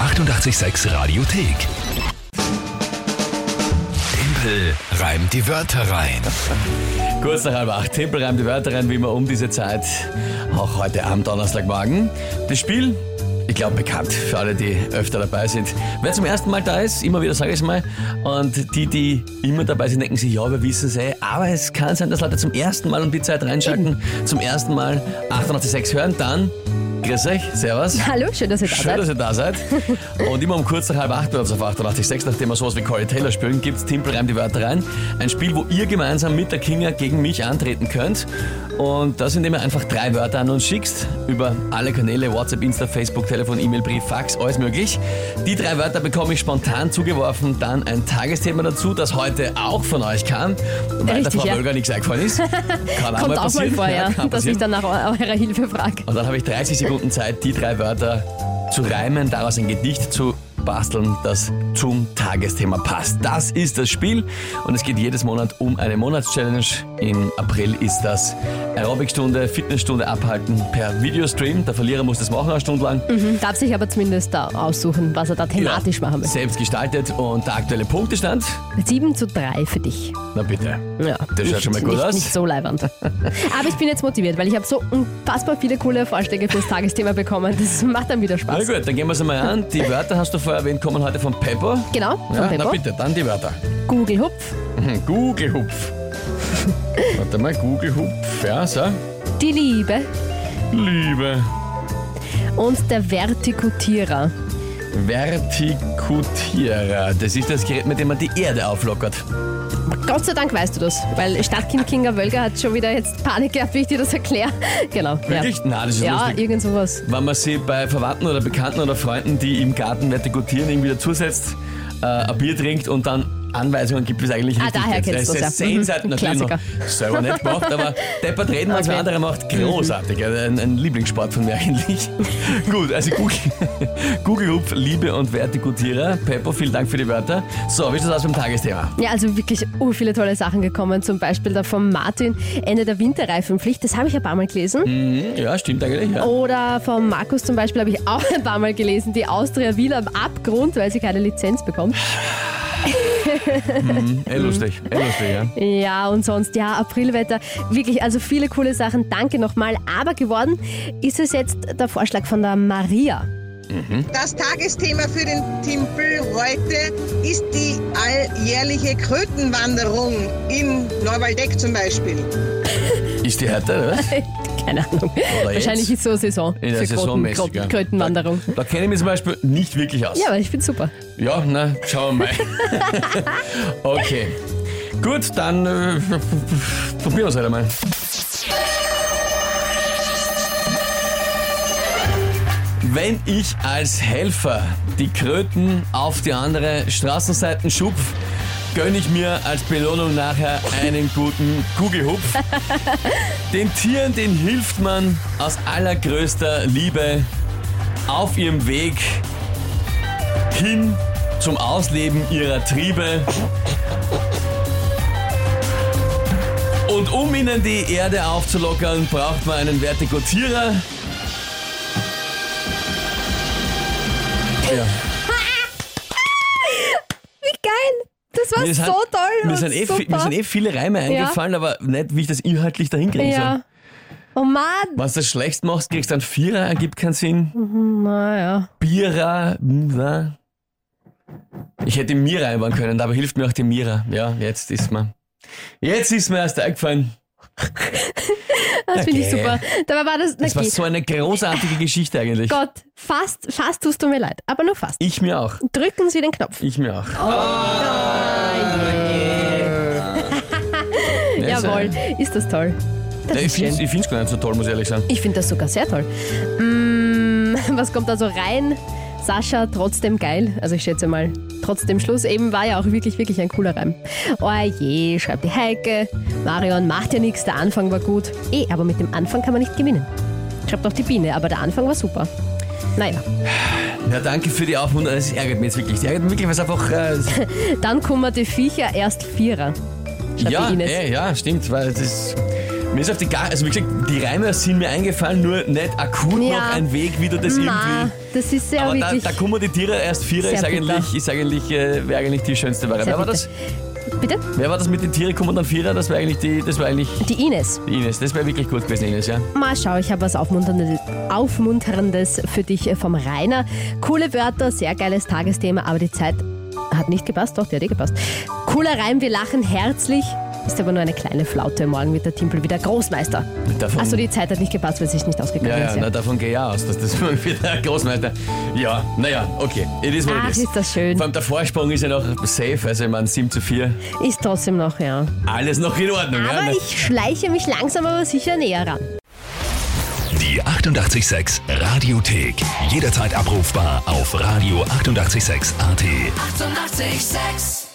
886 Radiothek. Tempel reimt die Wörter rein. Kurz nach halb acht. Tempel reimt die Wörter rein, wie immer um diese Zeit. Auch heute am Donnerstagmorgen. Das Spiel, ich glaube, bekannt für alle, die öfter dabei sind. Wer zum ersten Mal da ist, immer wieder sage ich es mal. Und die, die immer dabei sind, denken sich, ja, wir wissen es eh. Aber es kann sein, dass Leute zum ersten Mal um die Zeit reinschalten, zum ersten Mal 886 hören, dann. Grüß euch, Servus. Hallo, schön, dass ihr da Schön, dass seid. ihr da seid. Und immer um kurz nach halb acht bei uns auf 886, nachdem wir sowas wie Corey Taylor spielen, gibt's Timpel reimt die Wörter rein. Ein Spiel, wo ihr gemeinsam mit der Kinga gegen mich antreten könnt. Und das, indem ihr einfach drei Wörter an uns schickst. Über alle Kanäle, WhatsApp, Insta, Facebook, Telefon, E-Mail, Brief, Fax, alles möglich. Die drei Wörter bekomme ich spontan zugeworfen. Dann ein Tagesthema dazu, das heute auch von euch kam. Weil der Richtig, Frau ja. Wölger nichts eingefallen ist. Kann Kommt auch mal passieren. vor, ja, kann dass ich passieren. dann nach eu- eurer Hilfe frage. Und dann habe ich 30 Sekunden Zeit, die drei Wörter zu reimen, daraus ein Gedicht zu basteln, das zum Tagesthema passt. Das ist das Spiel und es geht jedes Monat um eine Monatschallenge. Im April ist das Aerobicstunde, Fitnessstunde abhalten per Videostream. Der Verlierer muss das machen, eine Stunde lang. Mhm. Darf sich aber zumindest da aussuchen, was er da thematisch machen will. Selbst gestaltet und der aktuelle Punktestand? 7 zu 3 für dich. Na bitte. Ja. Das schaut nicht, schon mal gut nicht, aus. Nicht so leibernd. Aber ich bin jetzt motiviert, weil ich habe so unfassbar viele coole Vorschläge fürs Tagesthema bekommen. Das macht dann wieder Na Spaß. gut, dann gehen wir es einmal an. Die Wörter hast du vorher erwähnt, kommen heute von Pepper. Genau, von ja, Na Pepper. bitte, dann die Wörter. Google Hupf, Google-Hupf. Warte mal, Google-Hupf, ja, so. die Liebe Liebe. und der Vertikutierer. Vertikutierer. Das ist das Gerät, mit dem man die Erde auflockert. Gott sei Dank weißt du das, weil Stadtkind Kinga Wölger hat schon wieder jetzt Panik gehabt, wie ich dir das erkläre. Genau. Wirklich? Na, das ist Ja, ja lustig. irgend sowas. Wenn man sie bei Verwandten oder Bekannten oder Freunden, die im Garten vertikutieren, irgendwie dazusetzt, äh, ein Bier trinkt und dann Anweisungen gibt, wie es eigentlich Ah, richtig daher ist. kennst Das du's, ist ja. zehn Mhm. Seiten natürlich Klassiker. Mhm. noch selber nicht gemacht, aber Deppert reden, was okay. Okay. andere macht, großartig. Ein, ein Lieblingssport von mir eigentlich. Gut, also Google, Google Hupf, Liebe und Vertikutierer. Peppo, vielen Dank für die Wörter. So, wie ist das aus beim Tagesthema? Ja, also wirklich ur viele tolle Sachen gekommen. Zum Beispiel da von Martin, Ende der Winterreifenpflicht. Das habe ich ein paar Mal gelesen. Mhm. Ja, stimmt eigentlich, Oh. ja. Oder von Markus zum Beispiel habe ich auch ein paar Mal gelesen. Die Austria Wien am Abgrund, weil sie keine Lizenz bekommt. Eh lustig, Mhm. eh lustig, ja. Ja, und sonst, ja, Aprilwetter. Wirklich, also viele coole Sachen. Danke nochmal. Aber geworden ist es jetzt der Vorschlag von der Maria. Das Tagesthema für den Timpel heute ist die alljährliche Krötenwanderung in Neuwaldeck zum Beispiel. Ist die härter, oder was? Keine Ahnung. jetzt? Wahrscheinlich ist so Saison In der für Saison Kröten, mäßig, ja. Kröten, Krötenwanderung. Da kenne ich mich zum Beispiel nicht wirklich aus. Ja, aber ich finde super. Ja, na, schauen wir mal. okay. Gut, dann äh, probieren wir es halt einmal. Wenn ich als Helfer die Kröten auf die andere Straßenseite schupf, gönne ich mir als Belohnung nachher einen guten Kugelhupf. Den Tieren, den hilft man aus allergrößter Liebe auf ihrem Weg hin zum Ausleben ihrer Triebe und um ihnen die Erde aufzulockern, braucht man einen Vertikutierer. Ja. Wie geil! Das war Mir sind- so toll! Mir und sind, eh, vi- super. mir sind eh viele Reime eingefallen, aber nicht, wie ich das inhaltlich dahin kriegen soll. Ja. Oh Mann! Was du das schlecht machst, kriegst du einen Vierer, ergibt keinen Sinn. Naja. Bierer, hm, na. Ich hätte mir reinbauen können, aber hilft mir auch die Mira. Ja, jetzt ist mir. Jetzt ist mir erst eingefallen. Das finde ich Okay. super. Dabei war das. Na, Das war geh. so eine großartige Geschichte eigentlich. Gott, fast, fast tust du mir leid. Aber nur fast. Ich mir auch. Drücken Sie den Knopf. Ich mir auch. Oh, Ja, ist, äh, Jawohl, ist das toll. Das Ich ist schön. find's, ich find's gar nicht so toll, muss ich ehrlich sagen. Ich finde das sogar sehr toll. Mm, was kommt da so rein? Sascha, trotzdem geil. Also ich schätze mal, trotzdem Schluss. Eben war ja auch wirklich, wirklich ein cooler Reim. Oh je, schreibt die Heike. Marion, macht ja nichts, der Anfang war gut. Eh, aber mit dem Anfang kann man nicht gewinnen. Schreibt auch die Biene, aber der Anfang war super. Naja, Ja, danke für die Aufmunterung. Das ärgert mich jetzt wirklich. Das ärgert mich wirklich, weil es einfach. Äh, dann kummert die Viecher erst Vierer. Schreibt ja, die Ines. eh, ja, stimmt, weil das. Mir ist auf die Gar, also wie gesagt, die Reime sind mir eingefallen, nur nicht akut Ja. noch ein Weg, wie du das Na, irgendwie. das ist ja Aber da, wirklich. da kommoditiere erst Vierer Sehr ist eigentlich, bitter. ist eigentlich, äh, wäre eigentlich die schönste Variante. Sehr Wer war das? bitter. Bitte? Wer war das mit den Tiere kommen und dann Vierer? Das wäre eigentlich die, das wäre eigentlich Die Ines. die Ines. Das wäre wirklich gut gewesen, Ines, ja. Mal schau, ich habe was Aufmunterndes, Aufmunterndes für dich vom Rainer. Coole Wörter, sehr geiles Tagesthema, aber die Zeit hat nicht gepasst. Doch, die hat eh gepasst. Cooler Reim, wir lachen herzlich. Ist aber nur eine kleine Flaute. Morgen wird der Timpel wieder Großmeister. Davon- Achso, die Zeit hat nicht gepasst, weil sie sich nicht Ja, ausgegangen ja, ist. na, davon gehe ich auch aus, dass das wieder Großmeister. Ja, naja, okay. It is what Ach, it is. ist das schön. Vor allem der Vorsprung ist ja noch safe, also ich meine 7 zu 4, Ist trotzdem noch, ja. alles noch in Ordnung. Aber ja. ich schleiche mich langsam aber sicher näher ran. Die 886 Radiothek. Jederzeit abrufbar auf radio886.at. 886! 886